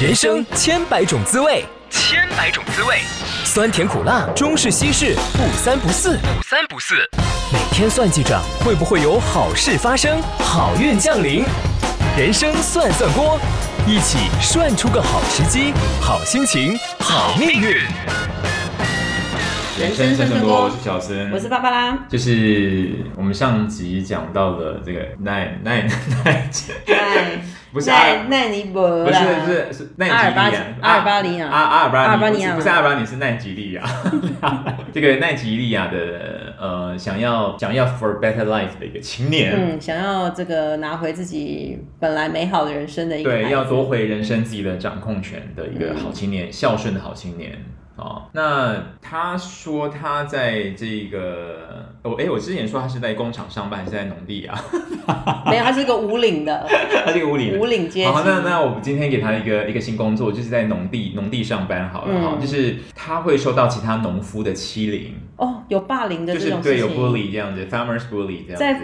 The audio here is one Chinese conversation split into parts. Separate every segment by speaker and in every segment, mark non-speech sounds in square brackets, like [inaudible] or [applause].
Speaker 1: 人生千百种滋味，
Speaker 2: 千百种滋味，
Speaker 1: 酸甜苦辣，中式西式，不三不四。
Speaker 2: 不三不四。
Speaker 1: 每天算计着会不会有好事发生，好运降临。人生算算锅，一起涮出个好时机、好心情、好命运。
Speaker 3: 人生胜胜
Speaker 4: 多，我
Speaker 3: 多
Speaker 4: 是，小森，
Speaker 3: 我是芭芭拉。
Speaker 4: 就是我们上集讲到了这个奈奈奈，
Speaker 3: 哎，
Speaker 4: [laughs] 不是阿
Speaker 3: 奈奈尼伯
Speaker 4: 不是
Speaker 3: 啦，
Speaker 4: 不是是奈
Speaker 3: 阿尔巴
Speaker 4: 吉利亚，啊
Speaker 3: 阿尔巴尼亚
Speaker 4: 阿阿尔巴尼
Speaker 3: 阿尔巴尼亚
Speaker 4: 不是不是阿尔巴尼，是奈吉利亚。这个奈吉利亚的呃，想要想要 for better life 的一个青年，
Speaker 3: 嗯，想要这个拿回自己本来美好的人生的一个孩
Speaker 4: 对，
Speaker 3: 子
Speaker 4: 要夺回人生自己的掌控权的一个好青年，孝顺的好青年。哦，那他说他在这个，我、哎，我之前说他是在工厂上班还是在农地啊？
Speaker 3: 没有，他是个无领的
Speaker 4: 他这个 [laughs] 无理人
Speaker 3: 无领阶级。
Speaker 4: 好，那那我们今天给他一个一个新工作，就是在农地农地上班好了
Speaker 3: 嗯
Speaker 4: 哈、就是他会受到其他农夫的欺凌，
Speaker 3: 哦，有霸凌的
Speaker 4: 就
Speaker 3: 这
Speaker 4: 是
Speaker 3: 种事
Speaker 4: 对有
Speaker 3: 情。
Speaker 4: bully 这样子，farmers bully 这样
Speaker 3: 在
Speaker 4: 子，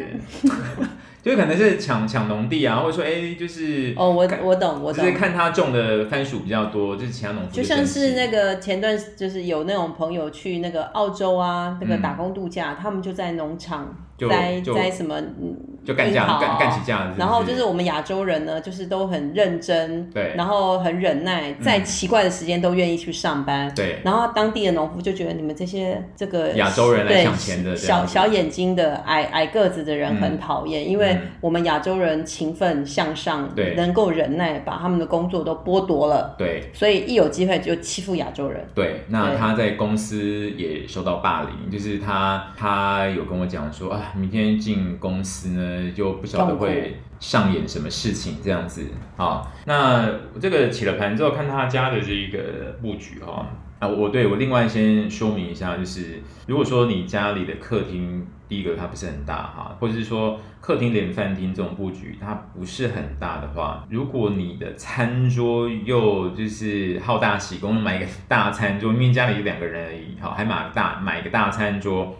Speaker 4: [laughs] 就是可能是抢抢农地啊，或者说哎、就是
Speaker 3: 哦，我
Speaker 4: 看
Speaker 3: 我懂，我
Speaker 4: 就
Speaker 3: 懂
Speaker 4: 是。看他种的番薯比较多，就是其他农夫
Speaker 3: 就像是那
Speaker 4: 个
Speaker 3: 个前段，就是有那种朋友去那个澳洲啊，那个打工度假，他们就在农场
Speaker 4: 嗯就
Speaker 3: 摘
Speaker 4: 就
Speaker 3: 摘什么嗯
Speaker 4: 就干架
Speaker 3: 樱桃
Speaker 4: 干干起架了，
Speaker 3: 然后就是我们亚洲人呢，就是都很认真，
Speaker 4: 对嗯
Speaker 3: 然后很忍耐，在奇怪的时间都愿意去上班。
Speaker 4: 对
Speaker 3: 然后当地的农夫就觉得你们这些这个
Speaker 4: 亚洲人来
Speaker 3: 对
Speaker 4: 抢钱的这
Speaker 3: 小
Speaker 4: 样子
Speaker 3: 小眼睛的矮矮个子的人很讨厌，因为
Speaker 4: 嗯
Speaker 3: 我们亚洲人勤奋向上，
Speaker 4: 对
Speaker 3: 能够忍耐，把他们的工作都剥夺了，
Speaker 4: 对。
Speaker 3: 所以一有机会就欺负亚洲人。
Speaker 4: 对，那
Speaker 3: 对
Speaker 4: 他在公司也受到霸凌，就是他他有跟我讲说啊，明天进公司呢就不晓得
Speaker 3: 痛苦
Speaker 4: 会上演什么事情这样子啊。那我这个起了盘之后，看他家的这一个布局哈、啊，我对我另外先说明一下，就是如果说你家里的客厅，第一个它不是很大哈，或者是说客厅连饭厅这种布局它不是很大的话，如果你的餐桌又就是好大喜功，买一个大餐桌，因为家里有两个人而已，好，还买大买一个大餐桌。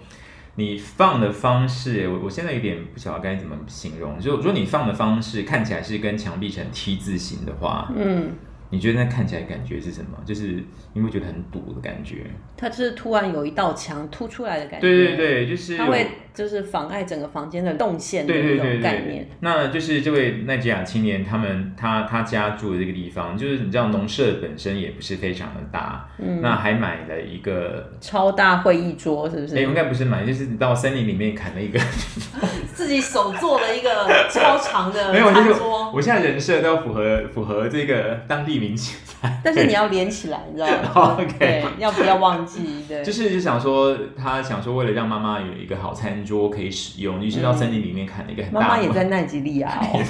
Speaker 4: 你放的方式，我我现在有点不晓得该怎么形容。就如果你放的方式看起来是跟墙壁呈 T 字形的话，
Speaker 3: 嗯，
Speaker 4: 你觉得那看起来感觉是什么？就是你会觉得很堵的感觉。
Speaker 3: 他就是突然有一道墙突出来的感觉，
Speaker 4: 对对，对，就是
Speaker 3: 他会就是妨碍整个房间的动线的
Speaker 4: 对
Speaker 3: 那
Speaker 4: 对
Speaker 3: 种
Speaker 4: 对
Speaker 3: 概念
Speaker 4: 对。，那就是这位奈吉亚青年，他们他他家住的这个地方，就是你知道农舍本身也不是非常的大，
Speaker 3: 嗯
Speaker 4: 那还买了一个，
Speaker 3: 超大会议桌是不是？
Speaker 4: 哎、应该不是买，就是你到森林里面砍了一个， [laughs]
Speaker 3: 自己手做了一个超长的
Speaker 4: [laughs] 没有，就
Speaker 3: 餐
Speaker 4: 是
Speaker 3: 桌，
Speaker 4: 我现在人设都要符合符合这个当地民情 [laughs] 才，
Speaker 3: 但是你要连起来，你知道吗
Speaker 4: OK
Speaker 3: 对，要不要忘记？对，
Speaker 4: 就是就想说他想说为了让妈妈有一个好餐桌可以使用，于是到森林里面砍了一个很大
Speaker 3: 嗯妈妈
Speaker 4: 的。
Speaker 3: 也在奈及利亚哦，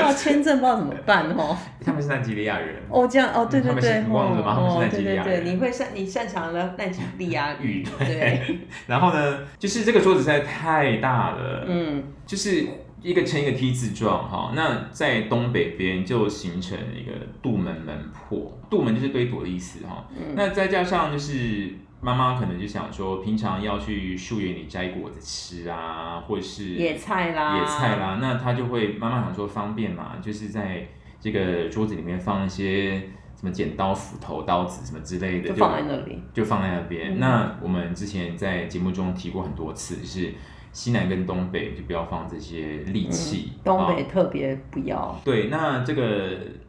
Speaker 3: 要签证不知道怎么办哦。
Speaker 4: [laughs] 他们是奈及利亚人，
Speaker 3: 哦，这样哦，对
Speaker 4: 他
Speaker 3: 对
Speaker 4: 们是
Speaker 3: 对，
Speaker 4: 你忘了吗他
Speaker 3: 哦
Speaker 4: 们，是
Speaker 3: 对
Speaker 4: 奈及利
Speaker 3: 对
Speaker 4: 亚
Speaker 3: 对，
Speaker 4: 人
Speaker 3: 你会擅你擅长了奈及利亚语，
Speaker 4: 语 [laughs]
Speaker 3: 对，
Speaker 4: 然后呢，就是这个桌子实在太大了，
Speaker 3: 嗯，
Speaker 4: 就是一个呈一个 T 字状哈。那在东北边就形成一个杜门门破，杜门就是堆垛的意思哈。
Speaker 3: 嗯
Speaker 4: 那再加上就是妈妈可能就想说，平常要去树园里摘果子吃啊，或是
Speaker 3: 野菜啦，
Speaker 4: 野菜，啦，那他就会妈妈想说方便嘛，就是在这个桌子里面放一些什么剪刀、斧头、刀子什么之类的，
Speaker 3: 就放在那里。
Speaker 4: 就放在那边。
Speaker 3: 嗯
Speaker 4: 那我们之前在节目中提过很多次，就是西南跟东北就不要放这些利器。
Speaker 3: 嗯东北
Speaker 4: 啊
Speaker 3: 特别不要，
Speaker 4: 对，那这个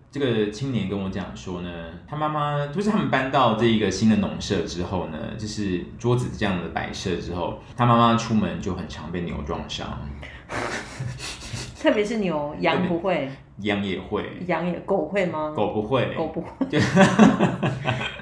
Speaker 4: 这个青年跟我讲说呢，他妈妈就是他们搬到这一个新的农舍之后呢，就是桌子这样的摆设之后，他妈妈出门就很常被牛撞伤，
Speaker 3: 特别是牛，羊不会，
Speaker 4: 羊也会，
Speaker 3: 羊也狗会吗？
Speaker 4: 狗不会，
Speaker 3: 狗不会， [laughs]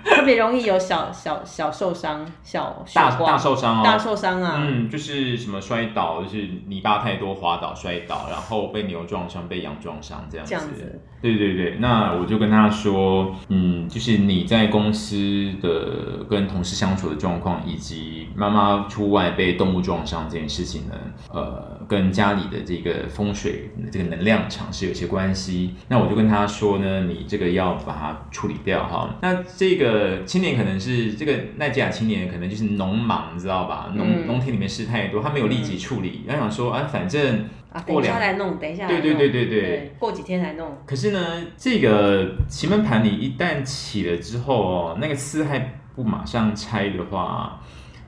Speaker 3: 特别容易有小小小受伤、小
Speaker 4: 大
Speaker 3: 小
Speaker 4: 大
Speaker 3: 刮
Speaker 4: 受伤哦，
Speaker 3: 大受伤啊。
Speaker 4: 嗯，就是什么摔倒，就是泥巴太多滑倒摔倒，然后被牛撞伤，被羊撞伤这样子。
Speaker 3: 这样子
Speaker 4: 对对对，那我就跟他说，嗯，就是你在公司的跟同事相处的状况，以及妈妈出外被动物撞伤这件事情呢，呃，跟家里的这个风水这个能量场是有些关系。那我就跟他说呢，你这个要把它处理掉哈。那这个的青年可能是这个奈及亚青年可能就是农忙，你知道吧？农
Speaker 3: 嗯
Speaker 4: 农田里面事太多，他没有立即处理，他想说啊，反正
Speaker 3: 啊，等
Speaker 4: 过
Speaker 3: 一
Speaker 4: 两
Speaker 3: 下来弄，等一下来
Speaker 4: 对
Speaker 3: 弄，
Speaker 4: 对
Speaker 3: 对
Speaker 4: 对对对。
Speaker 3: 过几天来弄，
Speaker 4: 可是呢，这个奇门盘你一旦起了之后哦，那个四害不马上拆的话，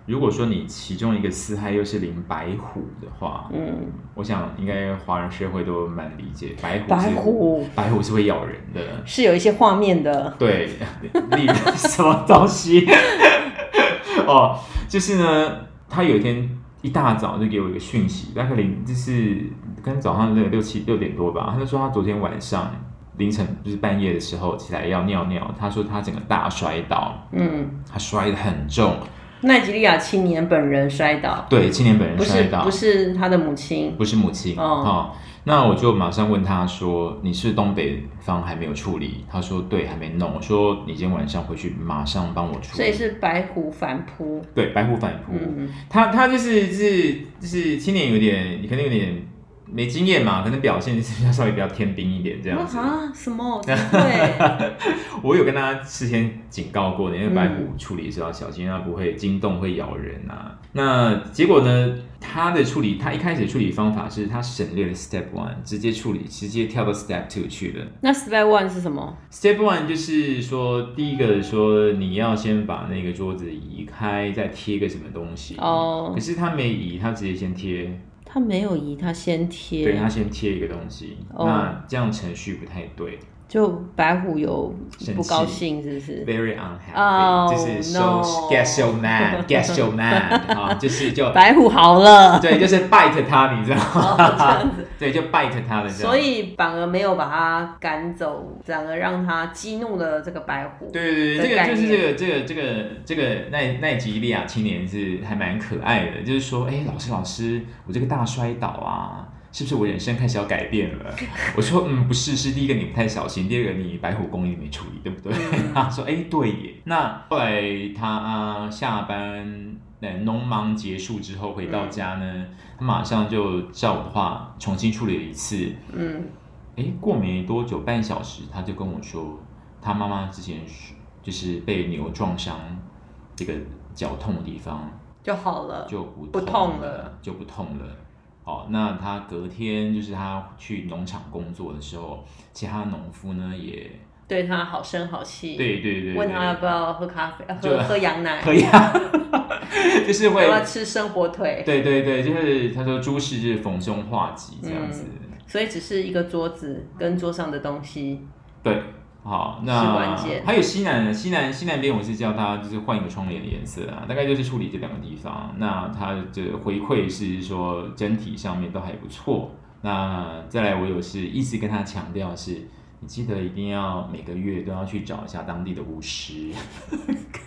Speaker 4: 如果说你其中一个四害又是临白虎的话，
Speaker 3: 嗯，
Speaker 4: 我想应该华人社会都蛮理解白虎是。
Speaker 3: 白虎
Speaker 4: 白虎是会咬人的。
Speaker 3: 是有一些画面的，
Speaker 4: 对， [laughs] 例如什么东西？ [laughs] 哦，就是呢，他有一天一大早就给我一个讯息，大概零就是跟早上那个六七六点多吧，他就说他昨天晚上凌晨就是半夜的时候起来要尿尿，他说他整个大摔倒，
Speaker 3: 嗯，
Speaker 4: 他摔得很重，
Speaker 3: 奈及利亚青年本人摔倒，
Speaker 4: 对，青年本人
Speaker 3: 不
Speaker 4: 摔
Speaker 3: 是
Speaker 4: 倒，
Speaker 3: 不是他的母亲，
Speaker 4: 不是母亲
Speaker 3: 哦
Speaker 4: 哦那我就马上问他说：“你是东北方还没有处理？”他说：“对，还没弄。”我说：“你今天晚上回去马上帮我处理。”
Speaker 3: 所以是白虎反扑，
Speaker 4: 对，白虎反扑，
Speaker 3: 嗯，
Speaker 4: 他他就是就是就是青年有点，你可能有点没经验嘛，可能表现就是稍微比较 [laughs] 天兵一点这样子。
Speaker 3: 啊什么？对，
Speaker 4: 我有跟他事先警告过的，因为白
Speaker 3: 嗯
Speaker 4: 虎处理是要小心，它不会惊动，会咬人啊。那结果呢？他的处理，他一开始处理方法是他省略了 step one，直接处理，直接跳到 step two 去了。
Speaker 3: 那 Step One 是什么？
Speaker 4: Step one 就是说，第一个说你要先把那个桌子移开，再贴个什么东西。
Speaker 3: 哦
Speaker 4: 可是他没移，他直接先贴，
Speaker 3: 他没有移，他先贴，
Speaker 4: 对他先贴一个东西。
Speaker 3: 哦
Speaker 4: 那这样程序不太对
Speaker 3: 就白虎有
Speaker 4: 生气
Speaker 3: 不高兴，是不是？
Speaker 4: ，very unhappy，、
Speaker 3: Oh,
Speaker 4: 就是 so
Speaker 3: no.
Speaker 4: get so
Speaker 3: [laughs]
Speaker 4: mad，get so mad 啊，就是就
Speaker 3: 白虎好了，
Speaker 4: 对，就是 bite 他，你知道
Speaker 3: 哦这样
Speaker 4: 吗？
Speaker 3: 子
Speaker 4: [laughs] 对，就 bite 他的这样。
Speaker 3: 所以反而没有把他赶走，反而让他激怒了这个白虎。
Speaker 4: 对对对，
Speaker 3: 的
Speaker 4: 这个
Speaker 3: 概
Speaker 4: 就是
Speaker 3: 念
Speaker 4: 这个这个这个这个奈奈及利亚青年是还蛮可爱的，就是说，哎，老师老师，我这个大摔倒啊，是不是我人生开始要改变
Speaker 3: [laughs]
Speaker 4: 了？我说，嗯，不是，是第一个你不太小心，第二个你白虎功力没处理，对不对？
Speaker 3: 嗯
Speaker 4: [laughs] 他说，哎，对耶。那后来他、啊、下班。呃农忙结束之后回到家呢，他马上就照我的话重新处理了一次，
Speaker 3: 嗯，
Speaker 4: 诶，过没多久，半小时，他就跟我说，他妈妈之前是就是被牛撞伤，这个脚痛的地方
Speaker 3: 就好了。
Speaker 4: 就不
Speaker 3: 呃不
Speaker 4: 痛
Speaker 3: 痛了
Speaker 4: 就不痛了。好，那他隔天就是他去农场工作的时候，其他农夫呢也
Speaker 3: 对他好声好气，
Speaker 4: 对对对，
Speaker 3: 问他要
Speaker 4: 对
Speaker 3: 不要喝咖啡，呃
Speaker 4: 就
Speaker 3: 喝喝羊奶，
Speaker 4: 可以啊， [laughs] 就是
Speaker 3: 要
Speaker 4: 会
Speaker 3: 不要吃生火腿？
Speaker 4: 对对对，就是他说诸事就是逢凶化吉这
Speaker 3: 嗯
Speaker 4: 样子，
Speaker 3: 所以只是一个桌子跟桌上的东西。
Speaker 4: 对，好，
Speaker 3: 是
Speaker 4: 那
Speaker 3: 关键
Speaker 4: 还有西南呢，西南西南边我是叫它就是换一个窗帘的颜色啊，大概就是处理这两个地方。那它的回馈是说整体上面都还不错。那再来，我有是一直跟他强调是，你记得一定要每个月都要去找一下当地的巫师。 [laughs]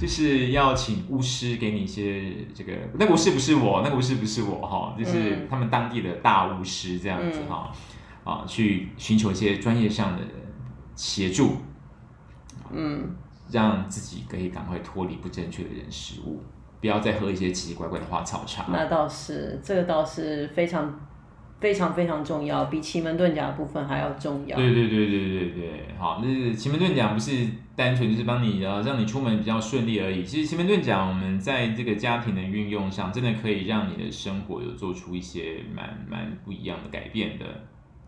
Speaker 4: 就是要请巫师给你一些这个，那个巫师不是我，那个巫师不是我哈，就是
Speaker 3: 嗯
Speaker 4: 他们当地的大巫师这样子
Speaker 3: 嗯
Speaker 4: 哈，啊，去寻求一些专业上的协助，
Speaker 3: 嗯，
Speaker 4: 让自己可以赶快脱离不正确的人事物，不要再喝一些奇奇怪怪的花草茶。
Speaker 3: 那倒是，这个倒是非常非常非常重要，比奇门遁甲的部分还要重要。
Speaker 4: 对对对对对对，好，那是奇门遁甲不是单纯就是帮你呃让你出门比较顺利而已。其实奇门遁甲我们在这个家庭的运用上，真的可以让你的生活有做出一些蛮蛮不一样的改变的。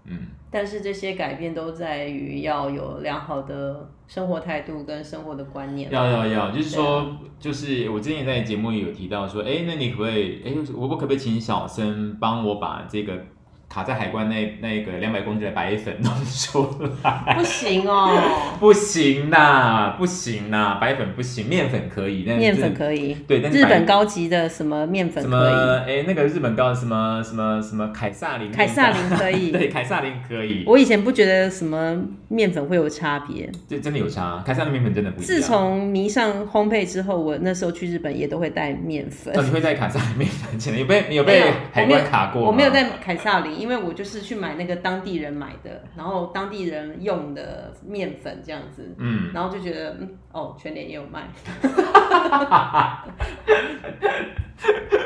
Speaker 4: 嗯，
Speaker 3: 但是这些改变都在于要有良好的生活态度跟生活的观念。
Speaker 4: 要要要，就是
Speaker 3: 啊
Speaker 4: 说，就是我之前在节目也有提到说，哎，那你可不可以，哎，我我可不可以请小森帮我把这个卡在海关那那个两百公斤的白粉弄出 [laughs] 来？
Speaker 3: 不行
Speaker 4: [laughs]
Speaker 3: 哦，
Speaker 4: 不行啦，不行啦，白粉不行，面粉可以，但是
Speaker 3: 面粉可以，
Speaker 4: 对，但是
Speaker 3: 日
Speaker 4: 白
Speaker 3: 本高级的什么面粉
Speaker 4: 什
Speaker 3: 可
Speaker 4: 么哎，那个日本高什么什么什么凯撒林
Speaker 3: 以，
Speaker 4: 面包，
Speaker 3: 凯撒林可
Speaker 4: 对，
Speaker 3: 以。
Speaker 4: 凯撒林可以，
Speaker 3: 我以前不觉得什么面粉会有差别，
Speaker 4: 这真的有差，凯撒林面粉真的不一样。
Speaker 3: 自从迷上烘焙之后，我那时候去日本也都会带面粉
Speaker 4: [laughs] 哦。你会在凯撒林面粉前，有被有
Speaker 3: 没有
Speaker 4: 被海
Speaker 3: 我没有
Speaker 4: 关卡过吗
Speaker 3: 我没有在凯撒林，因因为我就是去买那个当地人买的，然后当地人用的面粉这样子，
Speaker 4: 嗯，
Speaker 3: 然后就觉得嗯哦，全联也有
Speaker 4: [laughs]
Speaker 3: 卖。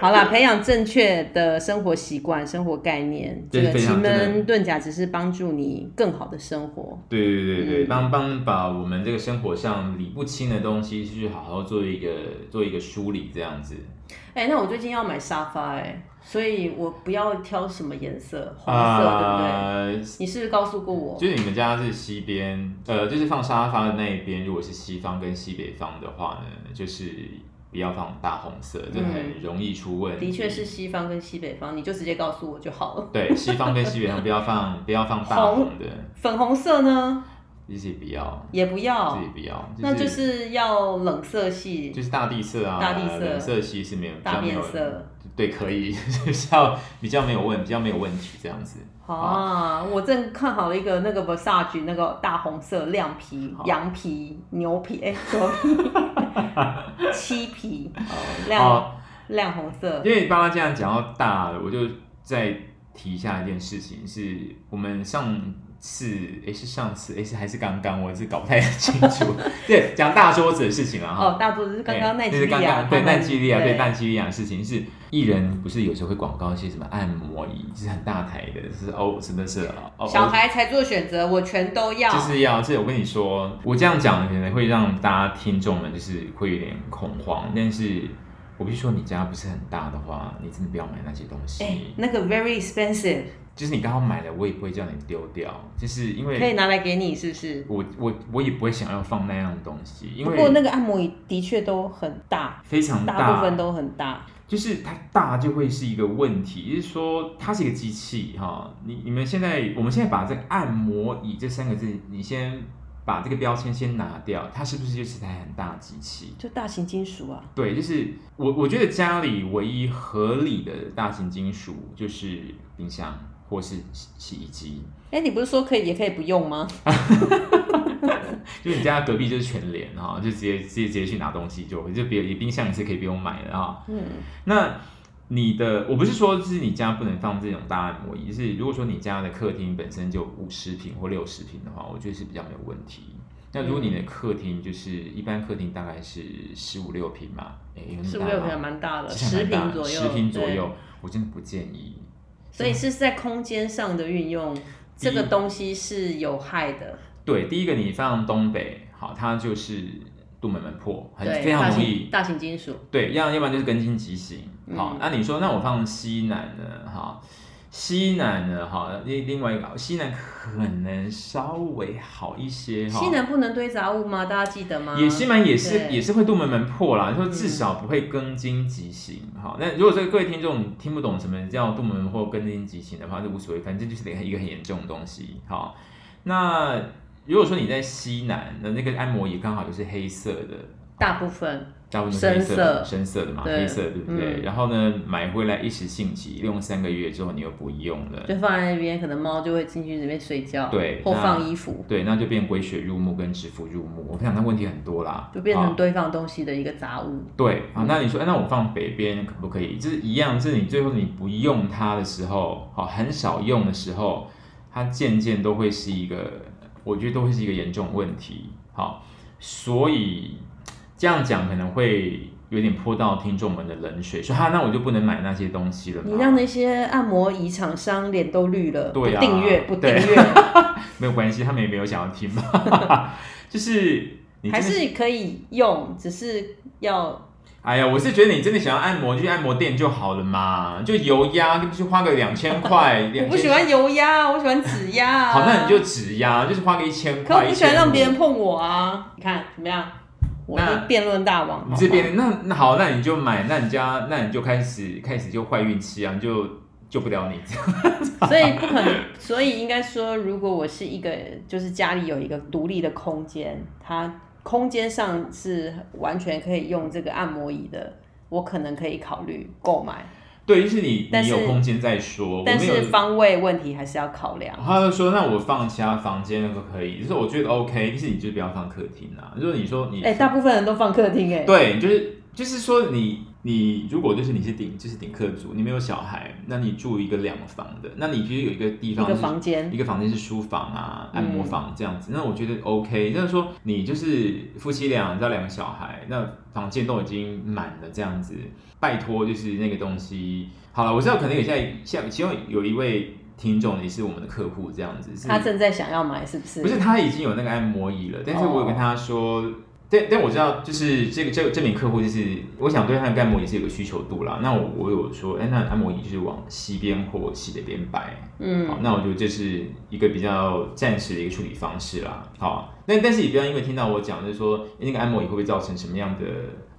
Speaker 3: 好啦，培养正确的生活习惯、生活概念，
Speaker 4: 这
Speaker 3: 这
Speaker 4: 是
Speaker 3: 个
Speaker 4: 非
Speaker 3: 奇
Speaker 4: 常真的
Speaker 3: 门遁甲只是帮助你更好的生活。
Speaker 4: 对对对对，
Speaker 3: 嗯
Speaker 4: 帮帮把我们这个生活上理不清的东西去好好做一个做一个梳理，这样子。
Speaker 3: 哎、那我最近要买沙发哎、所以我不要挑什么颜色，黄色、对不对？
Speaker 4: 啊，
Speaker 3: 你是不是告诉过我？
Speaker 4: 就是你们家是西边，呃，就是放沙发的那一边，如果是西方跟西北方的话呢，就是不要放大红色，这很容易出问题。
Speaker 3: 的确是。西方跟西北方，你就直接告诉我就好了。
Speaker 4: 对，西方跟西北方不要放，不要放大红的，
Speaker 3: 粉红色呢
Speaker 4: 自己不要，
Speaker 3: 也不要
Speaker 4: 自，己不要。
Speaker 3: 那就是要冷色系，
Speaker 4: 就是大地色啊，
Speaker 3: 大地色
Speaker 4: 冷色系是没有比
Speaker 3: 大
Speaker 4: 较没有
Speaker 3: 变色。
Speaker 4: 对，可以比较比较没有问比较没有问题这样子。
Speaker 3: 啊，我正看好了一个那个 Versace 那个大红色亮皮
Speaker 4: 好、
Speaker 3: 羊皮、牛皮，哎、什么
Speaker 4: [laughs]
Speaker 3: 皮？漆皮，哦亮、
Speaker 4: 好
Speaker 3: 亮红色
Speaker 4: 因。为巴拉这样讲到大，我就再提一下一件事情，是我们上次诶是上次诶是还是刚刚，我是搞不太清
Speaker 3: [laughs]
Speaker 4: 楚。对，讲大桌子的事情了啊哈。
Speaker 3: 哦，大部分是刚刚奈
Speaker 4: 对就
Speaker 3: 吉
Speaker 4: 是
Speaker 3: 利
Speaker 4: 刚
Speaker 3: 亚
Speaker 4: 刚，对
Speaker 3: 他们
Speaker 4: 奈吉利亚，对奈吉利亚的事情是，艺人不是有时候会广告一些什么按摩椅，就是很大台的，就是哦，真的是哦，
Speaker 3: 小
Speaker 4: 哦
Speaker 3: 孩才做选择，我全都要。
Speaker 4: 就是要，这我跟你说，我这样讲可能会让大家听众们就是会有点恐慌，但是我必须说，你家不是很大的话，你真的不要买那些东西。
Speaker 3: 哎、那个 very expensive
Speaker 4: 就是你刚好买了，我也不会叫你丢掉，就是因
Speaker 3: 可以
Speaker 4: 为
Speaker 3: 拿来给你，是不是？
Speaker 4: 我我我也不会想要放那样的东西，因
Speaker 3: 不过那
Speaker 4: 为
Speaker 3: 个按摩椅的确都很大，
Speaker 4: 非常大，
Speaker 3: 大部分都很大。
Speaker 4: 就是它大就会是一个问题，就是说它是一个机器哈。你你们现在，我们现在把这个按摩椅这三个字，你先把这个标签先拿掉，它是不是就是台很大的机器？
Speaker 3: 就大型金属啊，
Speaker 4: 对，就是我我觉得家里唯一合理的大型金属就是冰箱或是洗洗衣机，
Speaker 3: 哎、你不是说可以也可以不用吗？
Speaker 4: 就你家隔壁就是全联哈、就直接直接直接去拿东西就就别冰箱也是可以不用买的啊、
Speaker 3: 嗯，
Speaker 4: 那你的我不是说就是你家不能放这种大按摩椅，是如果说你家的客厅本身就五十平或六十平的话，我觉得是比较没有问题。那如果你的客厅就是一般客厅大概是十五六平嘛，哎、有那
Speaker 3: 是
Speaker 4: 么
Speaker 3: 不是
Speaker 4: 大
Speaker 3: 有
Speaker 4: 吗
Speaker 3: 可能蛮大的，
Speaker 4: 其实
Speaker 3: 呃十
Speaker 4: 还蛮
Speaker 3: 平
Speaker 4: 大的
Speaker 3: 左右，
Speaker 4: 十平左
Speaker 3: 对
Speaker 4: 右，我真的不建议。
Speaker 3: 所以是在空间上的运用，这个东西是有害的。
Speaker 4: 对，第一个你放东北，好，它就是杜门门破，很
Speaker 3: 对，
Speaker 4: 非常
Speaker 3: 大
Speaker 4: 容
Speaker 3: 型
Speaker 4: 易
Speaker 3: 大型金属，
Speaker 4: 对，要要不然就是跟进即行。好，
Speaker 3: 嗯
Speaker 4: 那、你说，那我放西南呢？哈，西南呢？哈，另另外一个西南可能稍微好一些哈。
Speaker 3: 西南不能堆杂物吗？大家记得吗？
Speaker 4: 也西南也是
Speaker 3: 啊对嗯
Speaker 4: 也是会杜门门破啦，说至少不会跟进即行。好，那如果这个各位听众你听不懂什么叫杜门门破跟进即行的话，就无所谓，反正就是一个很严重的东西。好，那如果说你在西南，那那个按摩椅刚好就是黑色的，
Speaker 3: 大部分
Speaker 4: 大部分是黑色的
Speaker 3: 深色
Speaker 4: 深色的嘛，
Speaker 3: 对
Speaker 4: 黑色的对不对？
Speaker 3: 嗯
Speaker 4: 然后呢，买回来一时兴起，用三个月之后你又不用
Speaker 3: 就
Speaker 4: 了，
Speaker 3: 放在那边，可能猫就会进去里面睡觉，
Speaker 4: 对
Speaker 3: 或
Speaker 4: 那
Speaker 3: 放衣服，
Speaker 4: 对，那就变归血入目跟指腹入目。我想那问题很多啦，
Speaker 3: 就变成
Speaker 4: 啊
Speaker 3: 堆放东西的一个杂物。
Speaker 4: 对啊。
Speaker 3: 嗯
Speaker 4: 那你说，哎那我放北边可不可以？就是一样，就是你最后你不用它的时候，好，很少用的时候，它渐渐都会是一个，我觉得都会是一个严重问题。好，所以这样讲可能会。有点泼到听众们的冷水，说哈、那我就不能买那些东西了吗？
Speaker 3: 你让那些按摩椅厂商脸都绿了，
Speaker 4: 对啊
Speaker 3: 不订阅不订
Speaker 4: 对
Speaker 3: 阅，
Speaker 4: 没有关系，他们也没有想要
Speaker 3: [laughs]
Speaker 4: 听嘛。就是 [laughs] 你真的
Speaker 3: 还是可以用，只是要
Speaker 4: 哎呀，我是觉得你真的想要按摩，就去按摩店就好了嘛，就油压，就花个两千
Speaker 3: [laughs]
Speaker 4: 块，
Speaker 3: 我
Speaker 4: 两
Speaker 3: 不喜
Speaker 4: 千。
Speaker 3: 欢油压，我喜欢指压、啊。
Speaker 4: [laughs] 好，那你就指压，就是花个一千
Speaker 3: 可
Speaker 4: 块。
Speaker 3: 我不喜欢让别人
Speaker 4: 1500。
Speaker 3: 碰我啊！你看怎么样？我
Speaker 4: 那
Speaker 3: 是辩论大王。
Speaker 4: 你这
Speaker 3: 好
Speaker 4: 边那那好，那你就买，那你家那你就开始开始就坏运气啊，你就救不了你。 [laughs]
Speaker 3: 不好，所以不可能，所以应该说，如果我是一个，就是家里有一个独立的空间，它空间上是完全可以用这个按摩椅的，我可能可以考虑购买，
Speaker 4: 对，就是你
Speaker 3: 但
Speaker 4: 你
Speaker 3: 是
Speaker 4: 有空间再说，我
Speaker 3: 但
Speaker 4: 没有哦
Speaker 3: 是。方位问题还是要考量。
Speaker 4: 他就说：“那我放其他房间可不可以？”就是我觉得 OK，就是你就不要放客厅啊。就是你说你
Speaker 3: 哎、大部分人都放客厅哎、
Speaker 4: 对，就是就是说你你如果就是你是顶就是顶客族，你没有小孩，那你住一个两房的，那你其实有一个地
Speaker 3: 一
Speaker 4: 方、
Speaker 3: 个
Speaker 4: 就是、
Speaker 3: 房间
Speaker 4: 一，个房间是书房啊、
Speaker 3: 嗯
Speaker 4: 按摩房这样子，那我觉得 OK。就是说你就是夫妻俩到两个小孩，那房间都已经满了这样子，拜托就是那个东西。好了，我知道可能有些像其中有一位听众也是我们的客户这样子，是
Speaker 3: 他正在想要买，是不是？
Speaker 4: 不是他已经有那个按摩椅了，但是
Speaker 3: 哦
Speaker 4: 我有跟他说。但但我知道，就是这个这这名客户，就是我想对他的按摩椅是有个需求度啦。那我我有说，哎、那按摩椅就是往西边或西北边摆，好，
Speaker 3: 嗯，
Speaker 4: 那我觉得这是一个比较暂时的一个处理方式啦。好，那但是也不要因为听到我讲，就是说诶那个按摩椅会不会造成什么样的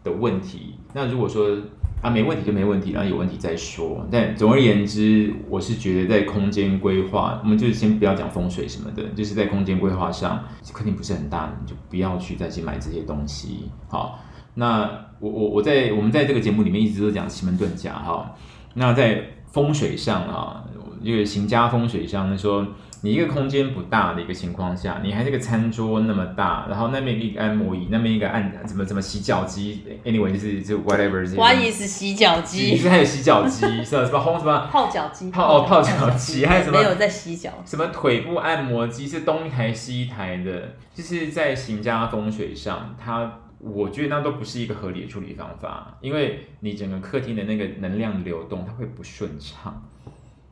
Speaker 4: 的问题？那如果说啊没问题就没问题，然后有问题再说。但总而言之，我是觉得在空间规划，我们就是先不要讲风水什么的，就是在空间规划上肯定不是很大，你就不要去再去买这些东西。好，那我我我在我们在这个节目里面一直都讲奇门遁甲哈，那在风水上啊，这个行家风水上就是说，你一个空间不大的一个情况下，你还这个餐桌那么大，然后那边一个按摩椅，那边一个按怎么怎么洗脚机，anyway 就是就 whatever 这些
Speaker 3: 花意是洗脚
Speaker 4: 你
Speaker 3: 机
Speaker 4: 是、还有洗脚机，是吧？什 [laughs] 么烘什么
Speaker 3: 泡脚机、
Speaker 4: 泡哦泡脚机，还有什么
Speaker 3: 没有在洗脚，
Speaker 4: 什么腿部按摩机是东一台西一台的，就是在行家风水上，它我觉得那都不是一个合理的处理方法，因为你整个客厅的那个能量流动，它会不顺畅。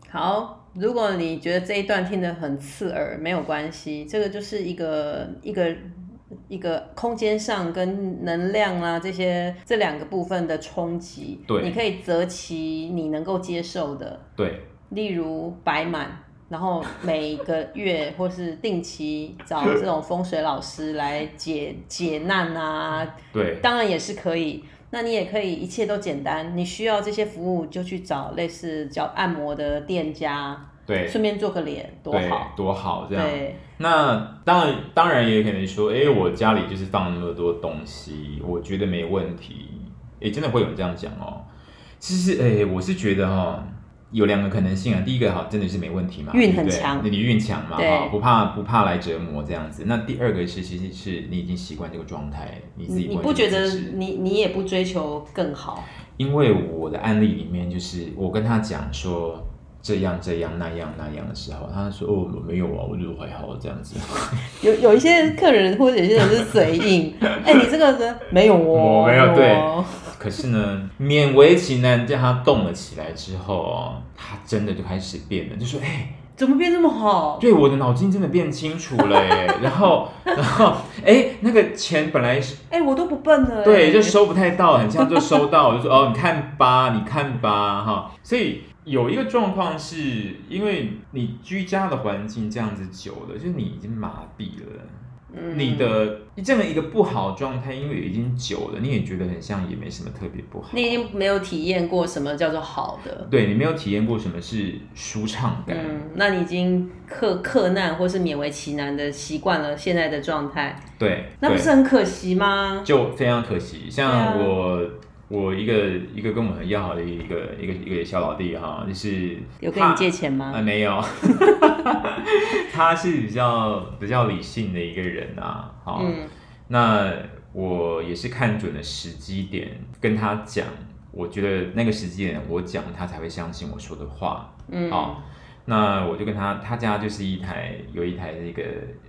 Speaker 3: 好，如果你觉得这一段听得很刺耳，没有关系，这个就是一个一个一个空间上跟能量啊这些这两个部分的冲击，
Speaker 4: 对
Speaker 3: 你可以择其你能够接受的，
Speaker 4: 对，
Speaker 3: 例如摆满。然后每个月或是定期找这种风水老师来解解难啊，
Speaker 4: 对，
Speaker 3: 当然也是可以。那你也可以一切都简单，你需要这些服务就去找类似叫按摩的店家，
Speaker 4: 对，
Speaker 3: 顺便做个脸，多
Speaker 4: 对
Speaker 3: 好。，
Speaker 4: 多好这样。
Speaker 3: 对，
Speaker 4: 那当然，当然也可能说，哎、我家里就是放那么多东西，我觉得没问题。哎、真的会有人这样讲哦。其实，哎、我是觉得哈、有两个可能性啊。第一个哈，真的是没问题嘛，
Speaker 3: 运
Speaker 4: 对不对
Speaker 3: 很强
Speaker 4: 你运强嘛，
Speaker 3: 对
Speaker 4: 哈，不怕不怕来折磨这样子。那第二个是，其实是你已经习惯这个状态，你自己
Speaker 3: 你你
Speaker 4: 惯
Speaker 3: 不
Speaker 4: 这
Speaker 3: 觉
Speaker 4: 个
Speaker 3: 得
Speaker 4: 姿势
Speaker 3: 你你也不追求更好？
Speaker 4: 因为我的案例里面，就是我跟他讲说这样这样那样那样的时候，他说哦没有啊，我就还好这样子。
Speaker 3: 有有一些客人或者有些人是嘴 [laughs] 硬，哎、你这个人没有哦，
Speaker 4: 我没有对
Speaker 3: 哦
Speaker 4: 可是呢，勉为其难，叫他动了起来之后哦，他真的就开始变了，就说：“哎、
Speaker 3: 怎么变这么好？
Speaker 4: 对，我的脑筋真的变清楚了耶。 [laughs] ”然后，然后，哎、那个钱本来是
Speaker 3: 哎、我都不笨了、
Speaker 4: 对，
Speaker 3: 哎
Speaker 4: 就收不太到，很像就收到，我就说：“哦，你看吧，你看吧，哈。”所以有一个状况是，因为你居家的环境这样子久了，就是你已经麻痹了。
Speaker 3: 嗯
Speaker 4: 你的这样的一个不好状态，因为已经久了，你也觉得很像，也没什么特别不好。
Speaker 3: 你已经没有体验过什么叫做好的，
Speaker 4: 对你没有体验过什么是舒畅感。
Speaker 3: 嗯，那你已经克克难或是勉为其难的习惯了现在的状态，
Speaker 4: 对，
Speaker 3: 那不
Speaker 4: 对
Speaker 3: 是很可惜吗？
Speaker 4: 就非常可惜。像
Speaker 3: 对啊
Speaker 4: 我，我一个一个跟我很要好的一个一个一个小老弟哈，就是
Speaker 3: 有跟你借
Speaker 4: 钱
Speaker 3: 钱
Speaker 4: 啊、
Speaker 3: 吗？
Speaker 4: 没有， [laughs] 他是比较比较理性的一个人啊。好，
Speaker 3: 嗯，
Speaker 4: 那我也是看准了时机点跟他讲，我觉得那个时机点我讲他才会相信我说的话。
Speaker 3: 嗯
Speaker 4: 好，那我就跟他，他家就是一台有一台那个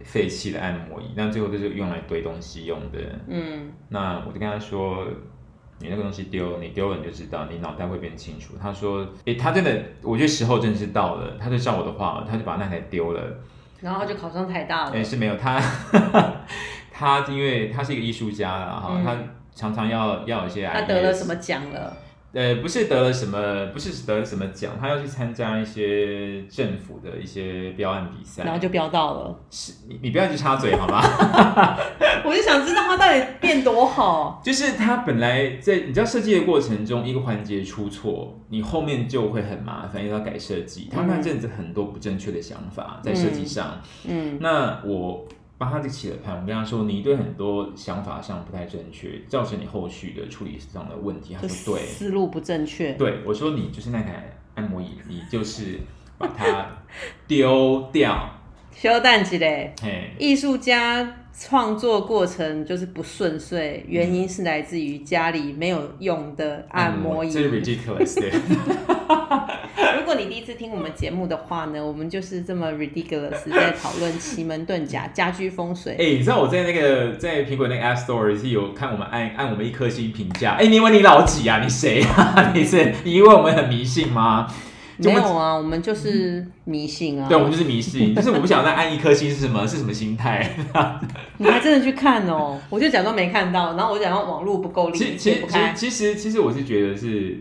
Speaker 4: 废弃的按摩椅，那最后就是用来堆东西用的。
Speaker 3: 嗯，
Speaker 4: 那我就跟他说，你那个东西丢，你丢了你就知道，你脑袋会变清楚。他说，诶、他真的，我觉得时候真的是到了，他就照我的话，他就把那台丢了。
Speaker 3: 然后他就考上台大了，
Speaker 4: 诶、是没有他， [laughs] 他因为他是一个艺术家啦，哈、
Speaker 3: 嗯
Speaker 4: 他常常要要有一些
Speaker 3: 他
Speaker 4: ideas，
Speaker 3: 得了什么奖了？
Speaker 4: 呃，不是得了什么，不是得了什么奖，他要去参加一些政府的一些标案比赛。
Speaker 3: 然后就飙到了。
Speaker 4: 是你，你不要去插嘴好吗？ [laughs]
Speaker 3: 我就想知道他到底变多好。
Speaker 4: 就是他本来在你知道设计的过程中，一个环节出错，你后面就会很麻烦，因为要改设计。他那阵子很多不正确的想法在设计上，
Speaker 3: 嗯
Speaker 4: 那我帮他起了盘，我跟他说，你对很多想法上不太正确，造成你后续的处理上的问题。他
Speaker 3: 就
Speaker 4: 说对，
Speaker 3: 思路不正确。
Speaker 4: 对，我说你就是那台按摩椅，你就是把它丢掉。
Speaker 3: 修蛋鸡嘞，
Speaker 4: 嘿，
Speaker 3: 艺术家创作过程就是不顺遂，原因是来自于家里没有用的按摩椅。
Speaker 4: 嗯这是 ridiculous 对。
Speaker 3: 如果你第一次听我们节目的话呢，我们就是这么
Speaker 4: [laughs]
Speaker 3: ridiculous 在讨论奇门遁甲、家居风水。
Speaker 4: 哎、你知道我在那个在苹果那个 App Store 是有看我们按按我们一颗星评价。哎、你问你老几啊？你谁啊？ [laughs] 你是你以为我们很迷信吗？就
Speaker 3: 没
Speaker 4: 我们
Speaker 3: 有啊，我们就是迷信啊。
Speaker 4: 嗯对，我们就是迷信，就是我不想再按一颗星是什么是什么心态。
Speaker 3: 你还真的去看哦？我就假装没看到，然后我假装网络不够
Speaker 4: 其
Speaker 3: 力，
Speaker 4: 其
Speaker 3: 解
Speaker 4: 其
Speaker 3: 不开。
Speaker 4: 其实其实我是觉得是，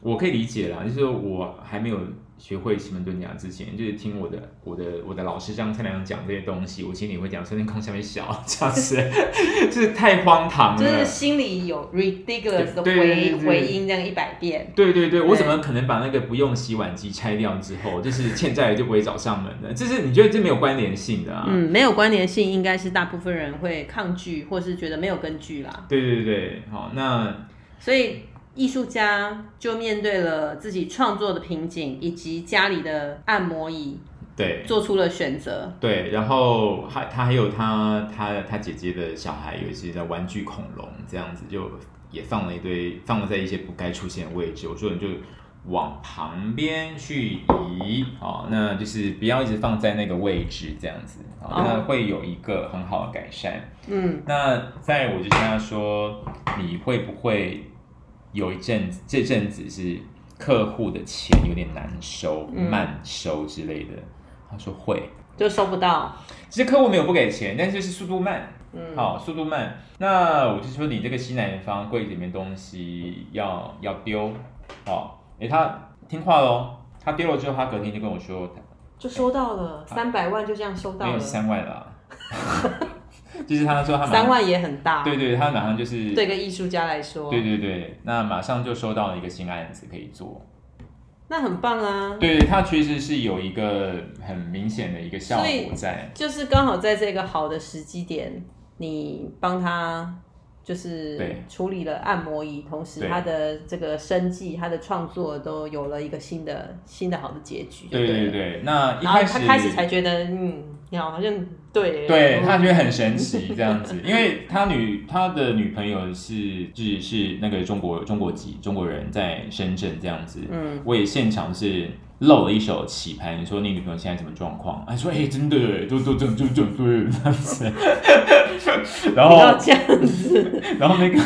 Speaker 4: 我可以理解啦，就是我还没有学会奇门遁甲之前，就是听我的我的我的老师这样蔡良讲这些东西，我心里会讲说那空下面小这样子， [laughs] 就是太荒唐了。
Speaker 3: 就是心里有 ridiculous 的
Speaker 4: 对对对
Speaker 3: 回
Speaker 4: 对对
Speaker 3: 回音这样一百遍，
Speaker 4: 对对对，我
Speaker 3: 对
Speaker 4: 怎么可能把那个不用洗碗机拆掉之后，就是欠债的就不会找上门的？这是你觉得这没有关联性的啊？
Speaker 3: 嗯，没有关联性，应该是大部分人会抗拒或是觉得没有根据啦。
Speaker 4: 对对对，好，那
Speaker 3: 所以艺术家就面对了自己创作的瓶颈，以及家里的按摩椅，
Speaker 4: 对
Speaker 3: 做出了选择。
Speaker 4: 对，然后还他还有他他他姐姐的小孩有一些叫玩具恐龙这样子，就也放了一堆放了在一些不该出现的位置，我说你就。往旁边去移，哦，那就是不要一直放在那个位置，这样子，哦，那
Speaker 3: 哦
Speaker 4: 会有一个很好的改善。
Speaker 3: 嗯，
Speaker 4: 那在我就跟他说，你会不会有一阵子，这阵子是客户的钱有点难收、
Speaker 3: 嗯
Speaker 4: 慢收之类的？他说会，
Speaker 3: 就收不到。
Speaker 4: 其实客户没有不给钱，但是就是速度慢，
Speaker 3: 嗯，
Speaker 4: 好、速度慢。那我就说你这个西南方柜子里面东西要要丢，好、诶他听话喽，他丢了之后，他隔天就跟我说，
Speaker 3: 就收到了三百万，就这样收
Speaker 4: 没
Speaker 3: 到
Speaker 4: 有
Speaker 3: 了。
Speaker 4: 三万啦， [laughs] 就是他说他马上
Speaker 3: 三，万也很大，
Speaker 4: 对对，他马上就是
Speaker 3: 对个艺术家来说，
Speaker 4: 对对对，那马上就收到了一个新案子可以做。
Speaker 3: 那很棒啊。
Speaker 4: 对，它其实是有一个很明显的一个效
Speaker 3: 所以
Speaker 4: 果在。
Speaker 3: 就是刚好在这个好的时机点，你帮他就是
Speaker 4: 对
Speaker 3: 处理了按摩椅，同时
Speaker 4: 对
Speaker 3: 他的这个生计、他的创作都有了一个新的新的好的结局就
Speaker 4: 对
Speaker 3: 对
Speaker 4: 对
Speaker 3: 了
Speaker 4: 对，那一
Speaker 3: 然后
Speaker 4: 开
Speaker 3: 他
Speaker 4: 始
Speaker 3: 开始才觉得，嗯，你好像对，
Speaker 4: 对
Speaker 3: 嗯
Speaker 4: 他觉得很神奇这样子，因为他女他的女朋友是是是那个中国中国籍中国人在深圳这样子，
Speaker 3: 嗯，
Speaker 4: 我也现场是露了一手棋盘，你说你女朋友现在什么状况？他说哎、真的耶，都都都都都都这样子，然
Speaker 3: 不
Speaker 4: 后
Speaker 3: 要这样子，
Speaker 4: 然后那个，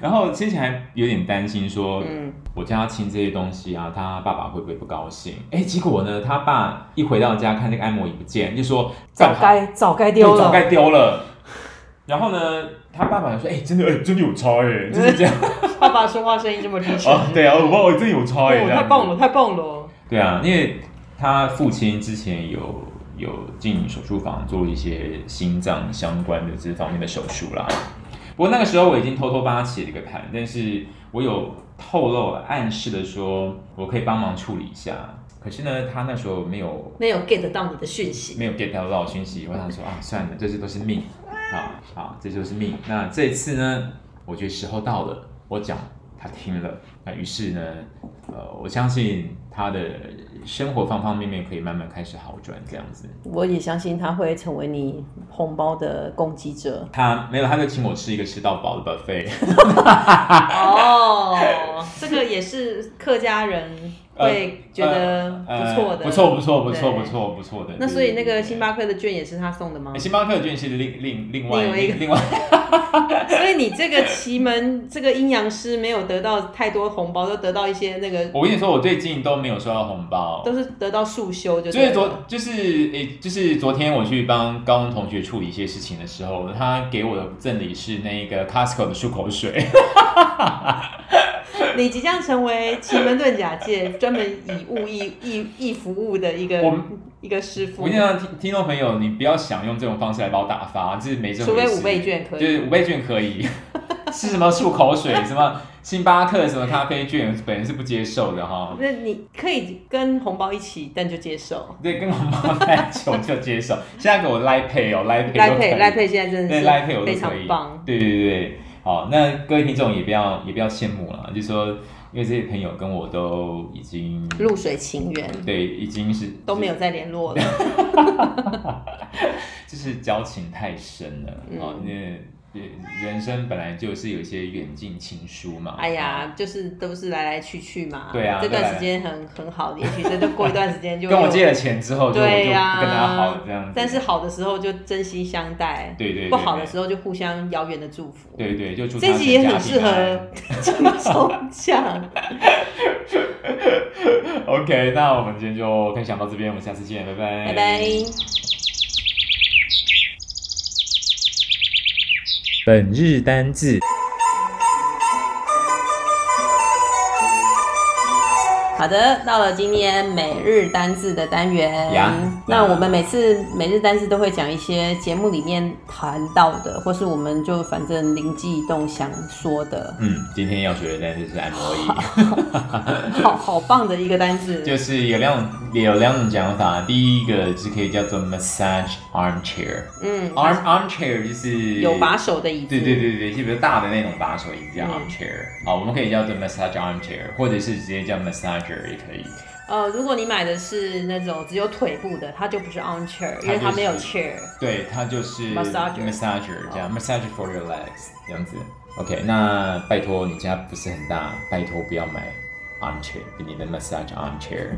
Speaker 4: 然后之前还有点担心说，
Speaker 3: 嗯，
Speaker 4: 我叫他清这些东西啊，他爸爸会不会不高兴？哎，结果呢，他爸一回到家看那个按摩椅不见，就说
Speaker 3: 早该早该丢
Speaker 4: 早
Speaker 3: 了，
Speaker 4: 该丢了。然后呢，他爸爸就说，哎，真的，哎，真的有差
Speaker 3: [laughs]
Speaker 4: 哎，真的这样
Speaker 3: 爸爸说话声音这么低沉，
Speaker 4: 啊，对啊，我我真的有差哎，
Speaker 3: 哦，
Speaker 4: 这样
Speaker 3: 太
Speaker 4: 子
Speaker 3: 棒了，太棒了，
Speaker 4: 对啊，因为他父亲之前有有进手术房做一些心脏相关的这方面的手术啦。不过那个时候我已经偷偷帮他写了一个盘，但是我有透露暗示的说我可以帮忙处理一下。可是呢，他那时候没有
Speaker 3: 没有 get 到你的讯息，
Speaker 4: 没有 get 到到讯息，我想说啊，算了，这些都是命，好好，这就是命。那这次呢，我觉得时候到了，我讲他听了，那于是呢，呃，我相信他的生活方方面面可以慢慢开始好转，这样子。
Speaker 3: 我也相信他会成为你红包的攻击者。
Speaker 4: 他没有，他就请我吃一个吃到饱的
Speaker 3: [laughs]
Speaker 4: buffet，
Speaker 3: 哦， [laughs] 这个也是客家人会觉得不错的，
Speaker 4: 呃呃不错，不错，不错，
Speaker 3: 对
Speaker 4: 不错，不错的。
Speaker 3: 那所以那个星
Speaker 4: 巴
Speaker 3: 巴克的券也是他送的吗？
Speaker 4: 星巴克的券是另另另外
Speaker 3: 另外一个
Speaker 4: 另外
Speaker 3: 所以你这个奇门这个阴阳师没有得到太多红包，都得到一些那个
Speaker 4: 我跟你说，我最近都没有收到红包，
Speaker 3: 都是得到束修就
Speaker 4: 所以
Speaker 3: 对
Speaker 4: 昨
Speaker 3: 了。
Speaker 4: 就是诶、就是昨天我去帮高中同学处理一些事情的时候，他给我的赠礼是那个 Costco 的漱
Speaker 3: [laughs]
Speaker 4: 口水。
Speaker 3: 你即将成为奇门遁甲界专门以物易易易服务的一个
Speaker 4: 我们
Speaker 3: 一个师傅
Speaker 4: 我跟。你讲，听听众朋友，你不要想用这种方式来把我打发，这是没这
Speaker 3: 除
Speaker 4: 回
Speaker 3: 非
Speaker 4: 事。
Speaker 3: 五倍券可以
Speaker 4: 对，五倍券可
Speaker 3: [laughs]
Speaker 4: 以。是什么漱口水，什么星巴克，什么咖啡券，本人是不接受的哈。
Speaker 3: 那你可以跟红包一起，但就接受。
Speaker 4: 对，跟红 [laughs] 包太久就接受，现在给我赖配哦，赖配
Speaker 3: 赖
Speaker 4: 都可以
Speaker 3: 佩赖佩现在真的
Speaker 4: 对，赖配我
Speaker 3: 是
Speaker 4: 都
Speaker 3: 非
Speaker 4: 可以
Speaker 3: 常棒。
Speaker 4: 对对对对，好，那各位听众也不要也不要羡慕了，就说因为这些朋友跟我都已经
Speaker 3: 露水情缘
Speaker 4: 对已经是 [laughs]
Speaker 3: 都没有再联络了。
Speaker 4: 就是交情太深了，
Speaker 3: 嗯
Speaker 4: 哦，那人生本来就是有一些远近亲疏嘛。
Speaker 3: 哎呀，就是都是来来去去嘛。
Speaker 4: 对啊
Speaker 3: 这段时间很很好，也许这都过一段时间就
Speaker 4: 跟我
Speaker 3: 又
Speaker 4: 借了钱之后就，我
Speaker 3: 对
Speaker 4: 就
Speaker 3: 呀、
Speaker 4: 不跟他好了这样子。
Speaker 3: 但是好的时候就珍惜相待，
Speaker 4: 对对对
Speaker 3: 不好的
Speaker 4: 对
Speaker 3: 时候就互相遥远的祝福。
Speaker 4: 对对，就祝他
Speaker 3: 这集也
Speaker 4: 全家
Speaker 3: 很
Speaker 4: 平
Speaker 3: 适合
Speaker 4: 安
Speaker 3: 轻松
Speaker 4: [laughs]
Speaker 3: 讲。
Speaker 4: 哎 OK，那我们今天就分享到这边，我们下次见，拜拜，
Speaker 3: 拜拜。
Speaker 4: 本日单字。
Speaker 3: 好的，到了今天每日单字的单元
Speaker 4: 呀
Speaker 3: 那我们每次每日单字都会讲一些节目里面谈到的，或是我们就反正灵机一动想说
Speaker 4: [laughs]
Speaker 3: 的，
Speaker 4: 嗯，今天要学的单词是按摩椅，
Speaker 3: 好好棒的一个单字。
Speaker 4: 就是有两有两种讲法，第一个是可以叫做 massage armchair。
Speaker 3: 嗯，
Speaker 4: arm armchair 就是
Speaker 3: 有把。手的椅子。
Speaker 4: 对对对对，是比较大的那种把手椅子叫
Speaker 3: 嗯
Speaker 4: armchair 啊、我们可以叫做 massage armchair，或者是直接叫 massager 也可以。
Speaker 3: 呃，如果你买的是那种只有腿部的，它就不是 armchair，因为它没有
Speaker 4: 它就是 [laughs]
Speaker 3: chair。
Speaker 4: 对，它就是
Speaker 3: Massager 哦
Speaker 4: massager 这样、massage for your legs 这样子。OK，那拜托你家不是很大，拜托不要买 armchair，你的 massage
Speaker 3: [laughs]
Speaker 4: armchair。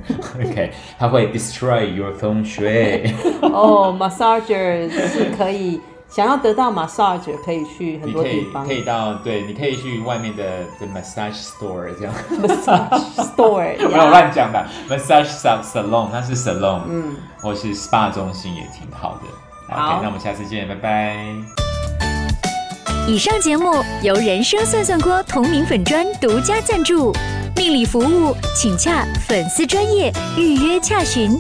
Speaker 4: OK，它会 destroy your 风水。
Speaker 3: 哦，massager 是可以，想要得到 massage 可以去很
Speaker 4: 你
Speaker 3: 多
Speaker 4: 可
Speaker 3: 地
Speaker 4: 以
Speaker 3: 方
Speaker 4: 可以到对，你可以去外面的的 massage store 这样。
Speaker 3: ，massage store
Speaker 4: [laughs] 没有
Speaker 3: 呀。
Speaker 4: 乱讲的，massage sa- salon 那是 salon，
Speaker 3: 嗯，
Speaker 4: 或是 spa 中心也挺好的。
Speaker 3: 好
Speaker 4: OK，那我们下次见，拜拜。
Speaker 5: 以上节目由人生算算锅同名粉专独家赞助，命理服务请洽粉丝专业预约洽询。